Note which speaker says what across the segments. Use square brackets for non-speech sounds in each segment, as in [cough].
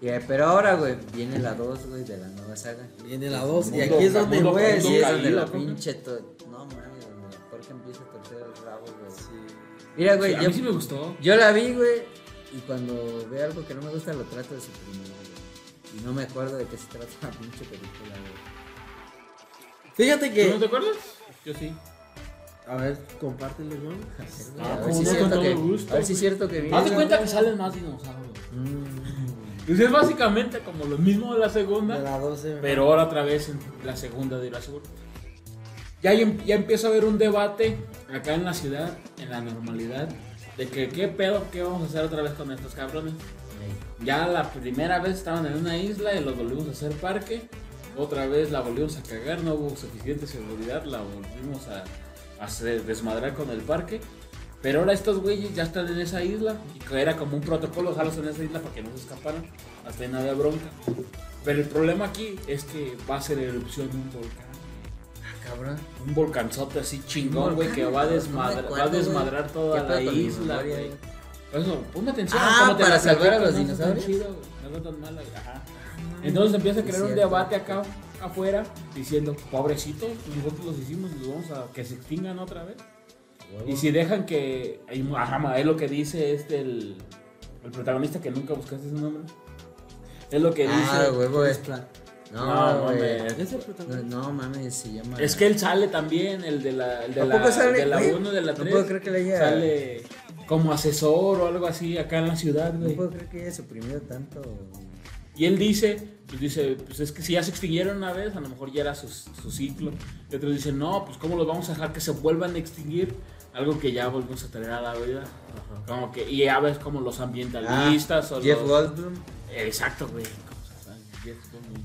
Speaker 1: Y, eh, pero ahora, güey, viene la 2, güey, de la nueva saga.
Speaker 2: Viene la 2 y
Speaker 3: Mundo-
Speaker 2: aquí es donde,
Speaker 3: mundo-
Speaker 2: güey.
Speaker 3: mundo
Speaker 1: Y es
Speaker 3: caído,
Speaker 1: donde la
Speaker 3: ¿no?
Speaker 1: pinche. to- No mames, güey, porque empieza a torcer el rabo, güey.
Speaker 2: Sí.
Speaker 1: Mira, güey,
Speaker 3: Sí, a
Speaker 1: yo,
Speaker 3: mí sí me gustó.
Speaker 1: yo la vi, güey, y cuando veo algo que no me gusta lo trato de suprimir, güey. Y no me acuerdo de qué se trata la pinche película, güey.
Speaker 2: Fíjate
Speaker 3: ¿Tú no te
Speaker 2: que.
Speaker 3: acuerdas? Yo sí.
Speaker 2: A ver, compártelo, ¿no?
Speaker 1: A
Speaker 4: Ah,
Speaker 1: ver si
Speaker 4: como no
Speaker 1: es
Speaker 4: con
Speaker 1: cierto
Speaker 4: todo
Speaker 1: que-
Speaker 4: gusto,
Speaker 1: a ver si es
Speaker 4: güey.
Speaker 1: cierto que vi.
Speaker 4: Haz de
Speaker 1: güey.
Speaker 4: cuenta que salen más dinosaurios.
Speaker 1: Mm.
Speaker 4: Pues es básicamente como lo mismo de la segunda,
Speaker 2: De la 12.
Speaker 4: pero ahora otra vez en la segunda de Jurassic World. Ya, hay- ya empieza a haber un debate acá en la ciudad, en la normalidad, de que qué pedo, qué vamos a hacer otra vez con estos cabrones. Ya la primera vez estaban en una isla y los volvimos a hacer parque. Otra vez la volvimos a cagar, no hubo suficiente seguridad, la volvimos a, a hacer- desmadrar con el parque. Pero ahora estos güeyes ya están en esa isla y que era como un protocolo dejarlos en esa isla para que no se escaparan. Hasta ahí no había bronca. Pero el problema aquí es que va a ser erupción de un volcán.
Speaker 1: Ah, cabrón.
Speaker 4: Un volcanzote así
Speaker 1: Un
Speaker 4: chingón, güey, que
Speaker 1: volcán,
Speaker 4: va a,
Speaker 1: no me
Speaker 4: desmadrar-
Speaker 1: acuerdo,
Speaker 4: va a desmadrar
Speaker 1: güey.
Speaker 4: toda
Speaker 1: ¿Qué
Speaker 4: la
Speaker 1: pedo con mi
Speaker 4: isla,
Speaker 1: memoria,
Speaker 4: güey.
Speaker 1: güey?
Speaker 4: Por eso, ponme atención.
Speaker 1: Ah,
Speaker 4: cómo te
Speaker 1: para
Speaker 4: la
Speaker 1: salvar
Speaker 4: platico,
Speaker 1: a los
Speaker 4: no está tan
Speaker 1: dinosaurios. Ah,
Speaker 4: chido, güey, no está tan mala, güey, ajá. Entonces empieza a
Speaker 1: es
Speaker 4: crear un
Speaker 1: cierto.
Speaker 4: debate acá afuera diciendo, pobrecitos, nosotros los hicimos, los vamos a que se extingan otra vez. Y si dejan que. ay, Ajá, es lo que dice este el, el protagonista que nunca buscaste su nombre. Es lo que
Speaker 1: Ah,
Speaker 4: dice.
Speaker 1: huevo, es plan. No,
Speaker 4: No,
Speaker 1: güey.
Speaker 4: mames.
Speaker 2: Es el
Speaker 1: No,
Speaker 2: protagonista.
Speaker 1: no mames, se llama.
Speaker 4: Es que él sale también, el de la, el de la,
Speaker 1: ¿A poco sale,
Speaker 4: de la
Speaker 1: güey?
Speaker 4: 1, de la
Speaker 1: No
Speaker 4: 3.
Speaker 1: puedo creer que le haya-
Speaker 4: Sale como asesor o algo así acá en la ciudad,
Speaker 1: No
Speaker 4: güey.
Speaker 1: puedo creer que haya suprimido tanto.
Speaker 4: Y él dice, pues dice, pues es que si ya se extinguieron una vez, a lo mejor ya era su, su ciclo. Y otros dicen, no, pues cómo los vamos a dejar que se vuelvan a extinguir. Algo que ya volvimos a traer a la vida. Como que, y ya ves como los ambientalistas o
Speaker 1: Jeff
Speaker 4: los-
Speaker 1: Goldblum.
Speaker 4: Exacto, güey. ¿Cómo se llama? Jeff Goldblym.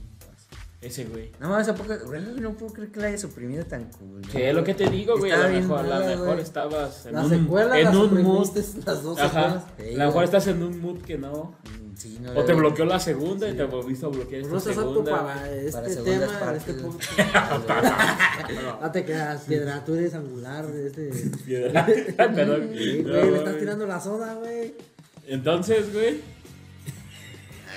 Speaker 4: Ese güey.
Speaker 1: No mames, ¿a poco? Güey, no puedo creer que la haya suprimido tan cool.
Speaker 4: Sí, es lo que te digo, güey. A
Speaker 1: Estaba
Speaker 4: lo
Speaker 1: bien
Speaker 4: mejor, a lo
Speaker 1: mala,
Speaker 4: mejor
Speaker 1: güey.
Speaker 4: estabas en
Speaker 2: La
Speaker 4: un,
Speaker 2: secuela,
Speaker 4: en
Speaker 2: las
Speaker 4: un mood.
Speaker 2: suprimiste, [laughs] las dos secuelas.
Speaker 4: Ajá.
Speaker 1: Sí,
Speaker 4: a lo mejor
Speaker 1: güey.
Speaker 4: estás en un mood que no.
Speaker 1: Mm, Sí, no
Speaker 4: O te
Speaker 1: le-
Speaker 4: bloqueó la segunda y te volviste a bloquear esta
Speaker 2: No estás apto
Speaker 4: segunda.
Speaker 2: para
Speaker 1: para
Speaker 2: este
Speaker 1: segundas
Speaker 2: tema,
Speaker 1: partes,
Speaker 2: este
Speaker 1: güey.
Speaker 2: podcast.
Speaker 4: Pero-
Speaker 2: No te quedas, piedra, tú eres angular de este. Sí,
Speaker 4: Piedra. [laughs] Perdón.
Speaker 2: güey,
Speaker 4: No,
Speaker 2: le estás
Speaker 4: mames.
Speaker 2: tirando la soda, güey.
Speaker 4: Entonces, güey.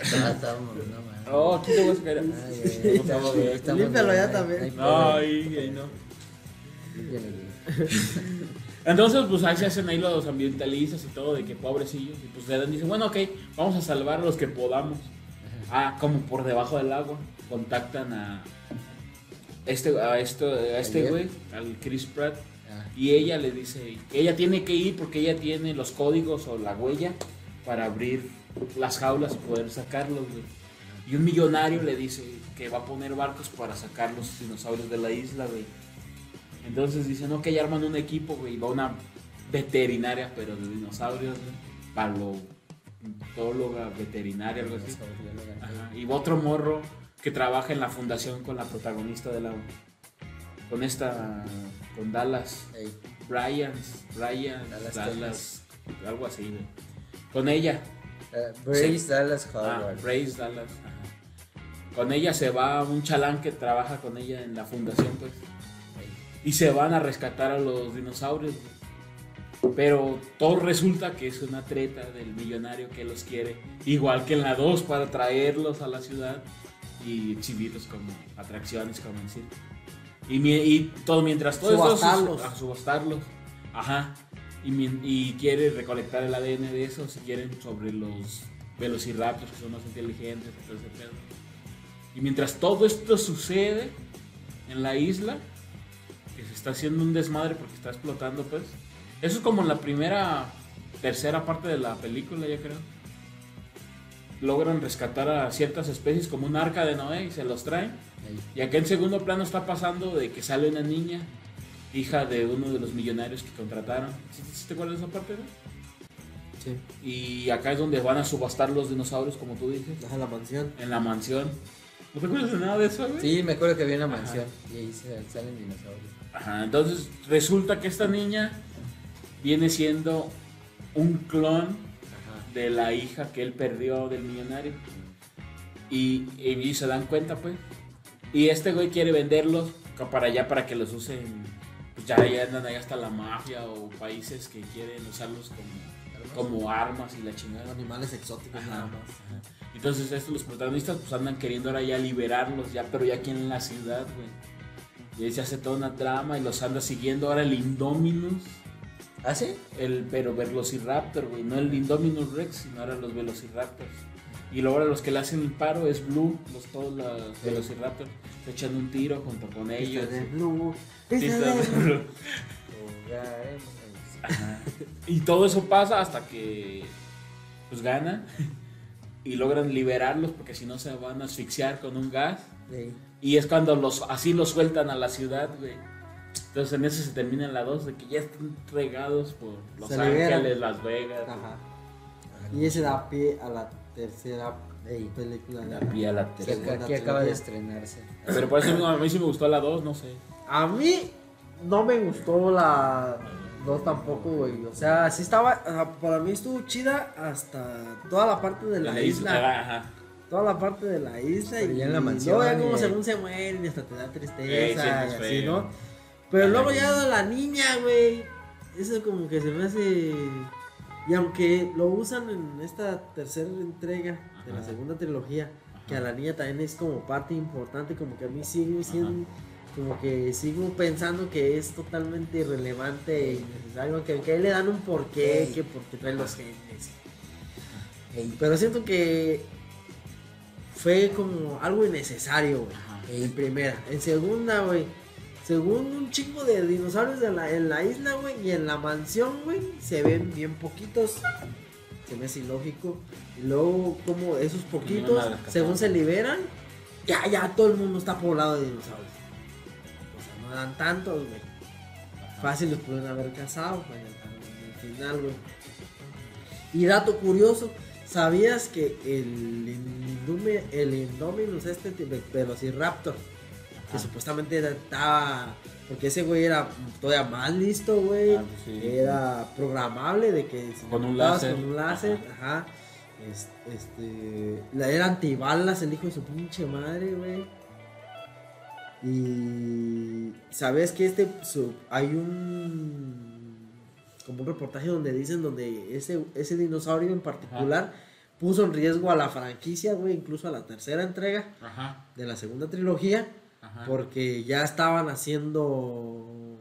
Speaker 1: Ah, estamos, [laughs] no mames.
Speaker 4: Oh, aquí te voy a esperar.
Speaker 1: Ay, güey,
Speaker 4: No,
Speaker 1: estamos
Speaker 4: güey.
Speaker 1: bien, estamos
Speaker 2: Límpialo
Speaker 1: bien,
Speaker 2: ya
Speaker 1: ay,
Speaker 2: también.
Speaker 1: ay,
Speaker 4: No, ahí, ahí no.
Speaker 1: límpialo, güey.
Speaker 4: Entonces, pues ahí se hacen ahí los ambientalistas y todo, de que pobrecillos. Y pues le dan, dicen, bueno, ok, vamos a salvar a los que podamos. Ah, como por debajo del agua. Contactan a este, a esto, a este
Speaker 1: Ayer.
Speaker 4: güey, al Chris Pratt.
Speaker 1: Ah.
Speaker 4: Y ella le dice que ella tiene que ir porque ella tiene los códigos o la huella para abrir las jaulas y poder sacarlos, güey. Y un millonario le dice que va a poner barcos para sacar los dinosaurios de la isla, güey. Entonces dicen, ok, ya arman un equipo, güey. Va una veterinaria, pero de dinosaurios, güey. Paleontóloga, veterinaria, algo así. Ajá, Y va otro morro que trabaja en la fundación con la protagonista de la. Con esta. Con Dallas.
Speaker 1: Ey,
Speaker 4: Bryans. Bryans.
Speaker 1: Dallas,
Speaker 4: Dallas. algo así, güey. Con ella.
Speaker 1: eh, Brace Dallas
Speaker 4: Ah,
Speaker 1: Howard.
Speaker 4: Bryce Dallas. ajá. Con ella se va un chalán que trabaja con ella en la fundación, pues. Y se van a rescatar a los dinosaurios. güey. Pero todo resulta que es una treta del millonario que los quiere, igual que en la 2, para traerlos a la ciudad y exhibirlos como atracciones, como en circo. Y, mi- y todo mientras todo esto-
Speaker 2: Subastarlos.
Speaker 4: a subastarlos. Ajá. Y, mi- y quiere recolectar el ADN de esos, si quieren, sobre los velociraptors que son más inteligentes, todo ese pedo. Y mientras todo esto sucede en la isla, que se está haciendo un desmadre porque está explotando, pues. Eso es como la primera, tercera parte de la película, yo creo. Logran rescatar a ciertas especies como un arca de Noé y se los traen.
Speaker 1: Ey.
Speaker 4: Y acá en segundo plano está pasando de que sale una niña, hija de uno de los millonarios que contrataron. ¿Sí, sí te acuerdas de esa parte, no?
Speaker 2: Sí.
Speaker 4: Y acá es donde van a subastar los dinosaurios, como tú dices,
Speaker 2: Baja la mansión.
Speaker 4: en la mansión. ¿No te acuerdas de nada de eso, güey?
Speaker 1: Sí, me acuerdo que vi una mansión y ahí se- salen dinosaurios.
Speaker 4: Ajá, entonces resulta que esta niña viene siendo un clon
Speaker 1: Ajá.
Speaker 4: de la hija que él perdió del millonario. Y, y- y se dan cuenta, pues. Y este güey quiere venderlos ca- para allá para que los usen. Pues ya, ya andan ahí hasta la mafia o países que quieren usarlos como como armas y la chingada.
Speaker 2: Animales exóticos
Speaker 4: Ajá.
Speaker 2: nada más.
Speaker 4: Ajá. Entonces estos los protagonistas pues andan queriendo ahora ya liberarlos, ya, pero ya aquí en la ciudad, güey. Y ahí se hace toda una trama y los anda siguiendo ahora el Indominus,
Speaker 1: ¿Ah, sí?
Speaker 4: el pero Velociraptor, güey. No el Indominus Rex, sino ahora los Velociraptors. Y luego ahora los que le hacen el paro es Blue, los todos los
Speaker 1: Sí.
Speaker 4: Velociraptors. Se echan un tiro junto con ellos.
Speaker 2: Pista de blue.
Speaker 4: Sí,
Speaker 2: Pista de
Speaker 4: está-
Speaker 2: blue.
Speaker 1: Jugaremos.
Speaker 4: Ajá. Y todo eso pasa hasta que pues gana y logran liberarlos porque si no se van a asfixiar con un gas
Speaker 2: [laughs]
Speaker 1: Sí.
Speaker 4: y es cuando los así los sueltan a la ciudad, güey. Entonces en eso se termina la 2 de que ya están regados por Los
Speaker 2: Se liberan.
Speaker 4: Ángeles, Las Vegas,
Speaker 2: Ajá.
Speaker 4: Ah,
Speaker 2: Y ese da pie a la tercera
Speaker 1: Ey.
Speaker 2: película.
Speaker 4: la pía, la
Speaker 1: Que
Speaker 4: tercera.
Speaker 1: acá- Aquí acaba de estrenarse.
Speaker 4: Pero por eso mismo a mí sí me gustó la 2, no sé.
Speaker 2: A mí no me gustó la. No tampoco, güey. O sea, sí estaba. o sea, Para mí estuvo chida hasta toda la parte de la, isla.
Speaker 4: Ajá.
Speaker 2: Toda la parte de la isla.
Speaker 1: Pero
Speaker 2: y
Speaker 1: ya en la
Speaker 2: y
Speaker 1: mansión,
Speaker 2: luego ya como
Speaker 1: eh.
Speaker 2: según se mueren, y hasta te da
Speaker 4: Ey, sí,
Speaker 2: tristeza.
Speaker 4: es
Speaker 2: y así,
Speaker 4: feo.
Speaker 2: ¿no? Pero
Speaker 4: La
Speaker 2: luego
Speaker 4: niña.
Speaker 2: ya la niña, güey. Eso como que se me hace. Y aunque lo usan en esta tercera entrega de la
Speaker 4: Ajá.
Speaker 2: segunda trilogía, que a la niña también es como parte importante, como que a mí sigo siendo. Como que sigo pensando que es totalmente irrelevante y necesario, aunque, aunque ahí le dan un porqué,
Speaker 1: Sí.
Speaker 2: que porque trae los genes.
Speaker 1: Ey,
Speaker 2: Pero siento que fue como algo innecesario, güey.
Speaker 4: Ah,
Speaker 2: En primera. En segunda, güey. Según un chingo de dinosaurios en la, en la isla, güey. Y en la mansión, güey. Se ven bien poquitos. Se me hace ilógico. Y luego, como esos poquitos,
Speaker 4: van a rescatar.
Speaker 2: según se liberan, ya, ya todo el mundo está poblado de dinosaurios. O sea, no dan tantos, güey. Fácil los pueden haber cazado, güey. Al al final, güey. Y dato curioso, ¿sabías que el, indume, el Indominus, este tipo de Velociraptor, que
Speaker 4: Ah.
Speaker 2: supuestamente era- estaba. Porque ese güey era todavía más listo, güey.
Speaker 4: Ah, pues sí.
Speaker 2: Era programable de que si
Speaker 4: Con
Speaker 2: lo
Speaker 4: un
Speaker 2: matabas
Speaker 4: láser.
Speaker 2: Con un láser, ajá. es- Este, la era antibalas el hijo de su pinche madre, güey. Y sabes que este su- hay un como un reportaje donde dicen donde ese ese dinosaurio en particular puso en riesgo a la franquicia, güey, incluso a la tercera entrega
Speaker 4: Ajá.
Speaker 2: de la segunda trilogía,
Speaker 4: Ajá.
Speaker 2: porque ya estaban haciendo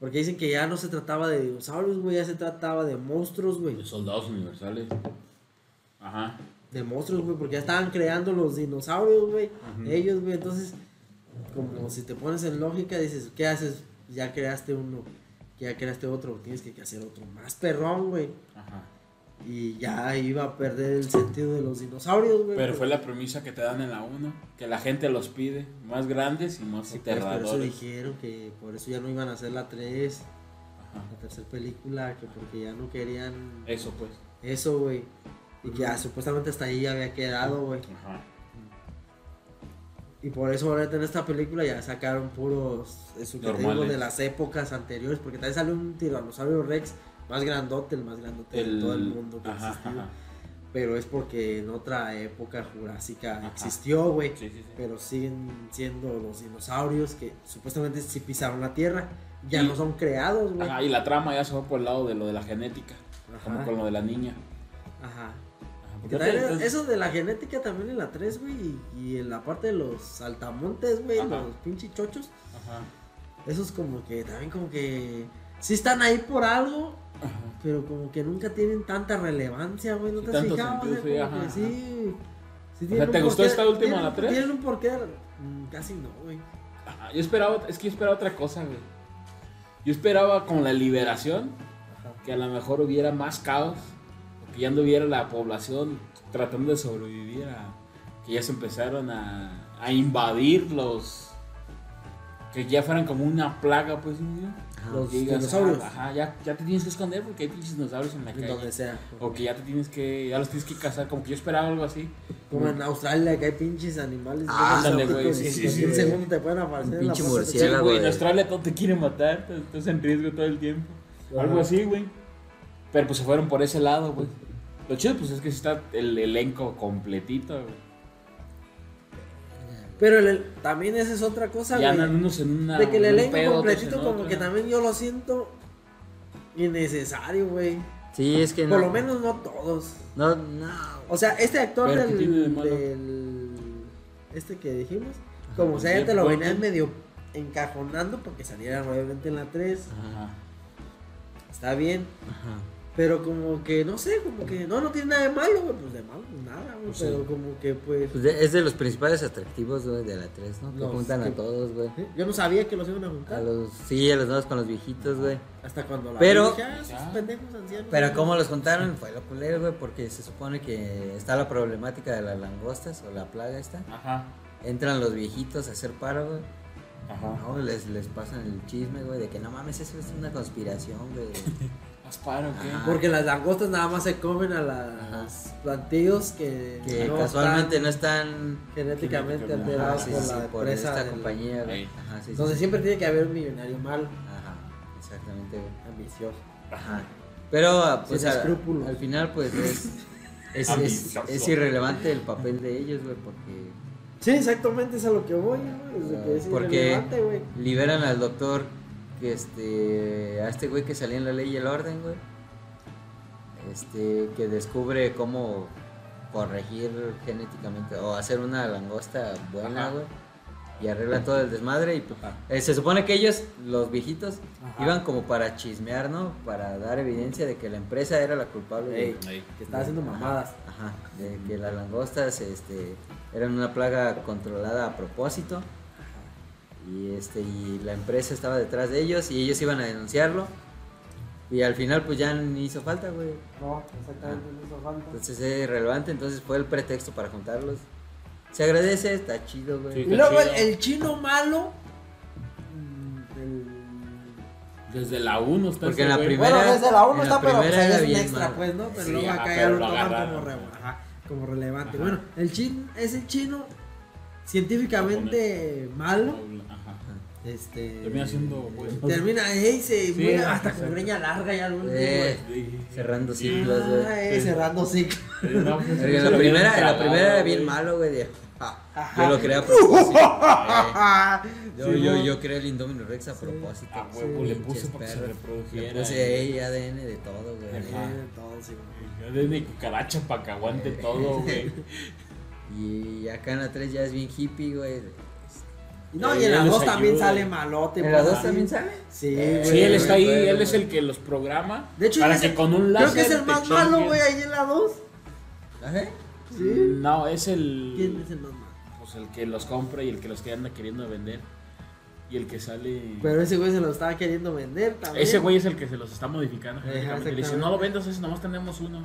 Speaker 2: porque dicen que ya no se trataba de dinosaurios, güey, ya se trataba de monstruos, güey.
Speaker 4: Los soldados Pues universales. Ajá.
Speaker 2: de monstruos, güey, porque ya estaban creando los dinosaurios, güey.
Speaker 4: Ajá.
Speaker 2: Ellos, güey, entonces, como si te pones en lógica, dices, ¿qué haces? Ya creaste uno, ya creaste otro, tienes que hacer otro más perrón, güey.
Speaker 4: Ajá.
Speaker 2: Y ya iba a perder el sentido de los dinosaurios, güey.
Speaker 4: Pero fue la premisa que te dan en la 1, que la gente los pide, más grandes y más
Speaker 2: Sí, pues, por eso
Speaker 4: aterradores.
Speaker 2: dijeron que por eso ya no iban a hacer la 3,
Speaker 4: Ajá.
Speaker 2: la tercera película, que porque ya no querían
Speaker 4: Eso pues.
Speaker 2: eso, güey. Y que ya, supuestamente hasta ahí ya había quedado, güey.
Speaker 4: Ajá.
Speaker 2: Y por eso ahorita en esta película ya sacaron puros eh, su- que te digo,
Speaker 4: Normales.
Speaker 2: de las épocas anteriores, porque también sale un tiranosaurio Rex más grandote, el más grandote de
Speaker 4: El...
Speaker 2: todo el mundo que ha
Speaker 4: Ajá,
Speaker 2: existido.
Speaker 4: ajá.
Speaker 2: Pero es porque en otra época jurásica
Speaker 4: Ajá.
Speaker 2: existió, güey.
Speaker 4: Sí, sí, sí.
Speaker 2: Pero siguen siendo los dinosaurios que supuestamente sí pisaron la tierra. Ya
Speaker 4: Y-
Speaker 2: no son creados, güey. Ajá.
Speaker 4: Ajá, y la trama ya se va por el lado de lo de la genética, como con
Speaker 2: Ajá.
Speaker 4: lo de la niña. Ajá,
Speaker 2: Que
Speaker 4: porque
Speaker 2: también
Speaker 4: ahorita-
Speaker 2: eso de la genética también en la 3, güey. Y, y en la parte de los saltamontes, güey.
Speaker 4: Ajá.
Speaker 2: Los pinche chochos.
Speaker 4: Ajá.
Speaker 2: Esos como que también como que sí están ahí por algo,
Speaker 4: Ajá.
Speaker 2: pero como que nunca tienen tanta relevancia, güey, ¿no
Speaker 4: Sí,
Speaker 2: te has fijado? O
Speaker 4: tanto
Speaker 2: sea,
Speaker 4: sentido, sí,
Speaker 2: como
Speaker 4: ajá,
Speaker 2: que
Speaker 4: ajá.
Speaker 2: sí. sí
Speaker 4: O sea,
Speaker 2: tienen un
Speaker 4: ¿te gustó
Speaker 2: porqué-
Speaker 4: esta última,
Speaker 2: tienen-
Speaker 4: la tres?
Speaker 2: Tienen un porqué, mm, casi no, güey.
Speaker 4: Ajá, Yo esperaba, es que yo esperaba otra cosa, güey. Yo esperaba con la liberación
Speaker 2: Ajá.
Speaker 4: que a lo mejor hubiera más caos, que ya anduviera la población tratando de sobrevivir, a- que ya se empezaron a, a invadir los... Que ya fueran como una plaga, pues, ¿no?
Speaker 2: Los
Speaker 4: Que digas,
Speaker 2: dinosaurios,
Speaker 4: "Ah, Ajá, ya, ya te tienes que esconder porque hay pinches dinosaurios en la
Speaker 2: en
Speaker 4: calle.
Speaker 2: donde sea.
Speaker 4: O que ya te tienes que, ya los tienes que cazar, como que yo esperaba algo así.
Speaker 2: Como en Australia que hay pinches animales
Speaker 1: Ah,
Speaker 2: bien
Speaker 4: ándale, güey,
Speaker 2: exóticos
Speaker 4: sí,
Speaker 2: que
Speaker 4: sí,
Speaker 2: en
Speaker 4: sí,
Speaker 2: un
Speaker 1: güey.
Speaker 2: segundo te pueden aparecer
Speaker 1: Un
Speaker 2: en la
Speaker 1: pinche
Speaker 2: puerta de tu
Speaker 1: murciélago.
Speaker 4: Sí, güey, en
Speaker 1: güey.
Speaker 4: Australia todo te quiere matar, te- estás en riesgo todo el tiempo.
Speaker 2: Ajá.
Speaker 4: Algo así, güey. Pero pues se fueron por ese lado, güey. Lo chido, pues es que sí está el elenco completito, güey.
Speaker 2: casa. Pero el- el- también esa es otra cosa,
Speaker 4: Ya
Speaker 2: güey.
Speaker 4: andan unos en una.
Speaker 2: de que el
Speaker 4: en Ah, un
Speaker 2: elenco
Speaker 4: pedo, otros
Speaker 2: completito
Speaker 4: en
Speaker 2: como
Speaker 4: otro.
Speaker 2: que también yo lo siento innecesario, güey.
Speaker 1: Sí, es que no.
Speaker 2: Por lo menos no todos.
Speaker 1: No, no.
Speaker 2: O sea, este actor
Speaker 4: Pero, ¿qué
Speaker 2: del,
Speaker 4: tiene de malo?
Speaker 2: del- Este que dijimos, como sea, ya te lo
Speaker 4: Bueno.
Speaker 2: venían medio encajonando porque saliera obviamente en la 3.
Speaker 1: Ajá,
Speaker 2: Está bien.
Speaker 1: ajá.
Speaker 2: Pero como que, no sé, como que no, no tiene nada de malo, güey. Pues de malo, pues nada, güey.
Speaker 1: Pues sí.
Speaker 2: pero como que, pues.
Speaker 1: Pues de- es de los principales atractivos, güey, de la 3, ¿no? Que
Speaker 2: Los
Speaker 1: juntan
Speaker 2: que-
Speaker 1: a todos, güey.
Speaker 2: Yo no sabía que los iban a
Speaker 1: A
Speaker 2: juntar.
Speaker 1: los, sí, a los nuevos con los viejitos, güey.
Speaker 2: Hasta cuando la
Speaker 1: Pero-
Speaker 2: vi, dije, "Ah, esos pendejos ancianos".
Speaker 1: Pero cómo los contaron fue lo culero, güey, porque se supone que está la problemática de las langostas o la plaga esta.
Speaker 4: Ajá.
Speaker 1: Entran los viejitos a hacer paro, güey.
Speaker 4: Ajá.
Speaker 1: No, les, les pasan el chisme, güey, de que no mames, eso es una conspiración,
Speaker 2: [laughs]
Speaker 1: güey.
Speaker 4: Asparo, ¿qué?
Speaker 1: Ajá.
Speaker 2: Porque las langostas nada más se comen a las plantillos que,
Speaker 1: Que
Speaker 2: no
Speaker 1: casualmente
Speaker 2: están
Speaker 1: no están...
Speaker 2: genéticamente
Speaker 4: Genéticamente,
Speaker 1: Ajá,
Speaker 2: alterados
Speaker 1: sí,
Speaker 2: por
Speaker 1: sí,
Speaker 2: la
Speaker 1: sí, por
Speaker 2: empresa
Speaker 1: esta
Speaker 2: del-
Speaker 1: compañía, güey.
Speaker 4: Ey.
Speaker 1: Ajá, sí, sí,
Speaker 2: Entonces
Speaker 1: sí.
Speaker 2: siempre tiene que haber un millonario malo,
Speaker 1: Ajá, exactamente, güey.
Speaker 2: ambicioso.
Speaker 1: Ajá. Pero ah, pues
Speaker 2: Sin
Speaker 1: al-
Speaker 2: escrúpulos.
Speaker 1: al final pues es, es, es,
Speaker 4: Ambicioso.
Speaker 1: es irrelevante el papel de ellos, güey, porque
Speaker 2: Sí, exactamente es a lo que voy, güey. es lo que es
Speaker 1: Porque-
Speaker 2: irrelevante, güey.
Speaker 1: liberan al doctor que este a este güey que salía en la ley y el orden, güey. Este que descubre cómo corregir genéticamente o hacer una langosta buena,
Speaker 4: Ajá.
Speaker 1: güey. Y arregla todo el desmadre y pues,
Speaker 4: Ajá.
Speaker 1: eh, se supone que ellos, los viejitos,
Speaker 4: Ajá.
Speaker 1: iban como para chismear, ¿no? Para dar evidencia de que la empresa era la culpable. de-
Speaker 2: Ey.
Speaker 4: Ahí.
Speaker 2: Que está haciendo
Speaker 1: Ajá,
Speaker 2: mamadas.
Speaker 1: Ajá, de que las langostas este, eran una plaga controlada a propósito. Y, este, y la empresa estaba detrás de ellos y ellos iban a denunciarlo. Y al final pues ya ni hizo falta, güey.
Speaker 2: No, exactamente no hizo falta.
Speaker 1: Entonces es irrelevante, entonces fue el pretexto para juntarlos. Se agradece, está chido, güey.
Speaker 4: Sí.
Speaker 2: y luego el,
Speaker 4: chido.
Speaker 2: el chino malo. mm, el-
Speaker 4: Desde la 1 está
Speaker 1: Porque
Speaker 4: ese
Speaker 1: en la
Speaker 4: güey.
Speaker 1: primera-
Speaker 2: Bueno, desde la 1
Speaker 1: en
Speaker 2: está,
Speaker 1: la
Speaker 2: pero pues,
Speaker 1: primera
Speaker 2: ahí
Speaker 1: era
Speaker 2: es un
Speaker 1: bien
Speaker 2: extra,
Speaker 1: malo.
Speaker 2: pues, ¿no? Pero
Speaker 4: Sí,
Speaker 2: luego
Speaker 4: ajá,
Speaker 2: acá ya
Speaker 4: pero
Speaker 2: lo
Speaker 4: lo
Speaker 2: toman como,
Speaker 4: agarraron.
Speaker 2: re- ajá, como relevante.
Speaker 4: Ajá.
Speaker 2: Bueno, el chin es el chino científicamente malo.
Speaker 4: Ajá.
Speaker 2: Este,
Speaker 4: Termina siendo bueno.
Speaker 2: Termina, ey, se muere
Speaker 4: ajá,
Speaker 2: hasta con
Speaker 4: exacto.
Speaker 2: greña larga ya lo último.
Speaker 1: Eh,
Speaker 4: Sí.
Speaker 1: cerrando
Speaker 4: Sí.
Speaker 1: ciclos, güey.
Speaker 2: Ah, eh, cerrando [laughs] ciclo.
Speaker 4: Sí, no, pues,
Speaker 1: Porque en la
Speaker 4: se lo
Speaker 1: primera,
Speaker 4: habían
Speaker 1: en la primera era
Speaker 4: tragado,
Speaker 1: bien
Speaker 4: güey.
Speaker 1: malo, güey. de-
Speaker 2: Ajá.
Speaker 1: Yo lo creé a propósito. eh.
Speaker 2: Ajá.
Speaker 1: Yo,
Speaker 2: Sí,
Speaker 1: yo,
Speaker 2: ¿no?
Speaker 1: yo creé el Indominus Rex a propósito.
Speaker 4: A Ah, huevo,
Speaker 1: Sí,
Speaker 4: le puse
Speaker 1: pinches
Speaker 4: para que se
Speaker 1: perros.
Speaker 4: reproduciera.
Speaker 1: Le puse ahí ADN de todo, güey.
Speaker 4: Ajá.
Speaker 2: Eh, todo, sí, güey.
Speaker 4: De cucaracha para que aguante todo, güey.
Speaker 1: Y acá en la 3 ya es bien hippie, güey.
Speaker 2: Y No,
Speaker 4: Eh,
Speaker 2: y en
Speaker 4: ya
Speaker 2: la
Speaker 4: les
Speaker 2: 2 también
Speaker 4: ayuda.
Speaker 2: sale malote.
Speaker 1: ¿En la
Speaker 2: pues,
Speaker 1: 2
Speaker 2: sí.
Speaker 1: también sale?
Speaker 2: Sí,
Speaker 1: Eh,
Speaker 2: güey.
Speaker 4: Sí, él está ahí,
Speaker 1: güey,
Speaker 4: él
Speaker 1: güey.
Speaker 4: es el que los programa.
Speaker 2: De hecho,
Speaker 4: para
Speaker 2: es
Speaker 4: que
Speaker 2: el-
Speaker 4: con un láser.
Speaker 2: Creo que es el
Speaker 4: te
Speaker 2: más
Speaker 4: chonguen.
Speaker 2: malo, güey, ahí en la 2.
Speaker 1: ¿Ajá?
Speaker 2: Sí.
Speaker 4: No, es el.
Speaker 2: ¿Quién es el más malo?
Speaker 4: Pues el que los compra y el que los que anda queriendo vender. Y el que sale.
Speaker 2: Pero ese güey se lo estaba queriendo vender también.
Speaker 4: Ese güey es el que se los está modificando.
Speaker 2: Ajá,
Speaker 4: genéticamente. Le dice,
Speaker 2: exactamente.
Speaker 4: no lo vendas ese, nomás tenemos uno.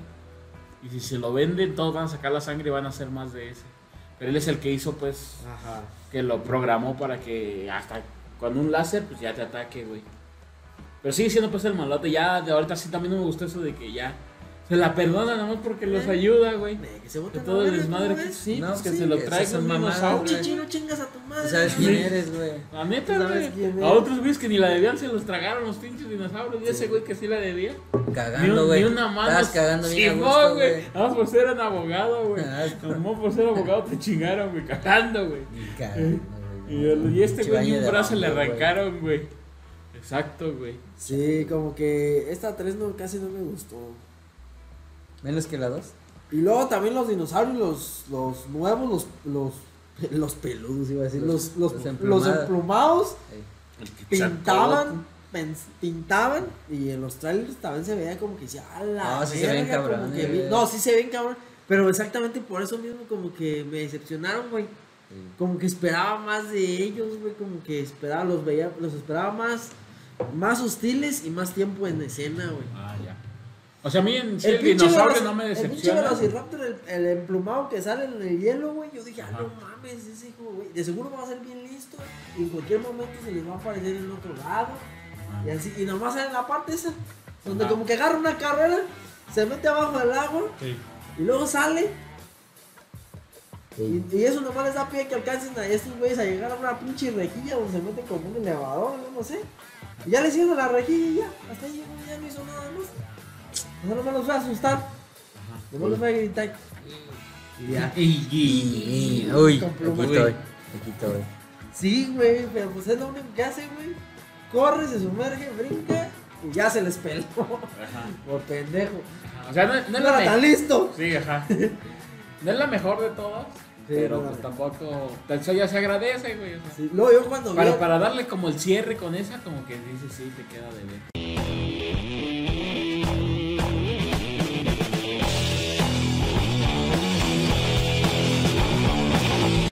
Speaker 4: Y si se lo venden, todos van a sacar la sangre y van a hacer más de ese. Pero él es el que hizo, pues,
Speaker 2: Ajá.
Speaker 4: que lo programó para que hasta con un láser, pues ya te ataque, güey. Pero sigue siendo, pues, el malote. Ya de ahorita sí también no me gustó eso de que ya se la perdona, nomás porque los ayuda, güey.
Speaker 2: Ve, Que se
Speaker 4: De
Speaker 2: bote
Speaker 4: todo el
Speaker 2: la verga,
Speaker 4: desmadre
Speaker 2: ¿cómo
Speaker 4: que
Speaker 2: ves?
Speaker 4: sí,
Speaker 1: No,
Speaker 4: pues, que
Speaker 1: sí,
Speaker 4: se lo
Speaker 1: esas
Speaker 4: trae
Speaker 1: son
Speaker 4: con un
Speaker 1: mamadas,
Speaker 4: dinosaurio.
Speaker 1: güey.
Speaker 2: Pinche chino, chingas a
Speaker 1: ¿Tú
Speaker 2: tu madre.
Speaker 4: [laughs]
Speaker 1: sabes quién eres, güey?
Speaker 4: La neta,
Speaker 2: ¿Tú sabes
Speaker 4: güey.
Speaker 2: quién
Speaker 4: A
Speaker 2: es?
Speaker 4: otros güeyes que ni la debían se los tragaron los pinches dinosaurios. Y ese güey que sí la debía.
Speaker 1: Cagando, güey.
Speaker 4: Ni una mano.
Speaker 1: Estabas cagando bien a
Speaker 4: Simón,
Speaker 1: gusto,
Speaker 4: güey.
Speaker 1: güey. Ah,
Speaker 4: Nada más por ser un
Speaker 1: [laughs]
Speaker 4: abogado, güey.
Speaker 1: Qué asco.
Speaker 4: Nada más por ser abogado te chingaron, güey. Cagando, güey.
Speaker 1: Ni cagando, güey.
Speaker 4: Y, el- y este
Speaker 1: Pinche
Speaker 4: güey ni
Speaker 1: baño
Speaker 4: un
Speaker 1: de
Speaker 4: brazo le
Speaker 1: bambú, güey.
Speaker 4: arrancaron, güey. Exacto, güey.
Speaker 2: Sí, como que esta 3 no, casi no me gustó.
Speaker 1: Menos que la 2.
Speaker 2: Y luego también los dinosaurios, los, los nuevos, los, los, los peludos, iba a decir. Los, los, los,
Speaker 1: Los emplumados.
Speaker 2: emplumados pintaban. pens- Pintaban y en los trailers también se veía como que decía, "A la
Speaker 1: No, Ah, sí se
Speaker 2: verga",
Speaker 1: ven
Speaker 2: como
Speaker 1: cabrones,
Speaker 2: que vi-
Speaker 1: güey.
Speaker 2: No, sí se ven cabrón. Pero exactamente por eso mismo, como que me decepcionaron, güey. como que esperaba más de ellos, güey, como que esperaba, los veía, los esperaba más, más hostiles y más tiempo en escena, güey.
Speaker 4: Ah, ya. O sea, a mí en sí
Speaker 2: El
Speaker 4: el,
Speaker 2: pinche
Speaker 4: dinosaurio
Speaker 2: veloci-
Speaker 4: no me
Speaker 2: El pinche
Speaker 4: decepciona.
Speaker 2: velociraptor, el, el emplumado que sale en el hielo, güey. Yo dije, ah, no mames, ese hijo, güey. De seguro va a ser bien listo. Y en cualquier momento se les va a aparecer en otro lado. Y así, y nomás sale en la parte esa. Donde
Speaker 4: Ajá.
Speaker 2: como que agarra una carrera, se mete abajo del agua
Speaker 4: Sí.
Speaker 2: y luego sale. Y, y eso nomás les da pie que alcancen a estos güeyes a llegar a una pinche rejilla donde se meten como un elevador, no, no sé. Y ya les cierran la rejilla y ya, hasta ahí llegó, ya no hizo nada más. O sea, nomás los fue a asustar, nomás los fue a gritar. Y ya.
Speaker 4: Y- y-
Speaker 1: Y- Uy,
Speaker 2: Con
Speaker 1: aquí
Speaker 2: pluma,
Speaker 1: estoy.
Speaker 4: güey.
Speaker 1: Aquí estoy.
Speaker 2: Sí, güey, pero pues es lo único que hace, güey. Corre, se sumerge, brinca Y ya se les peló.
Speaker 4: Ajá.
Speaker 2: Por pendejo.
Speaker 4: Ajá. O sea, no, no
Speaker 2: No
Speaker 4: es la
Speaker 2: era tan
Speaker 4: mejor.
Speaker 2: listo.
Speaker 4: Sí, ajá. No es la mejor de todas. pero
Speaker 2: no,
Speaker 4: pues
Speaker 2: no.
Speaker 4: tampoco. Eso ya se agradece, güey. o sea.
Speaker 2: Sí, Luego yo cuando vi-
Speaker 4: Para, para darle como el cierre con esa, como que dices, sí, te queda de ver.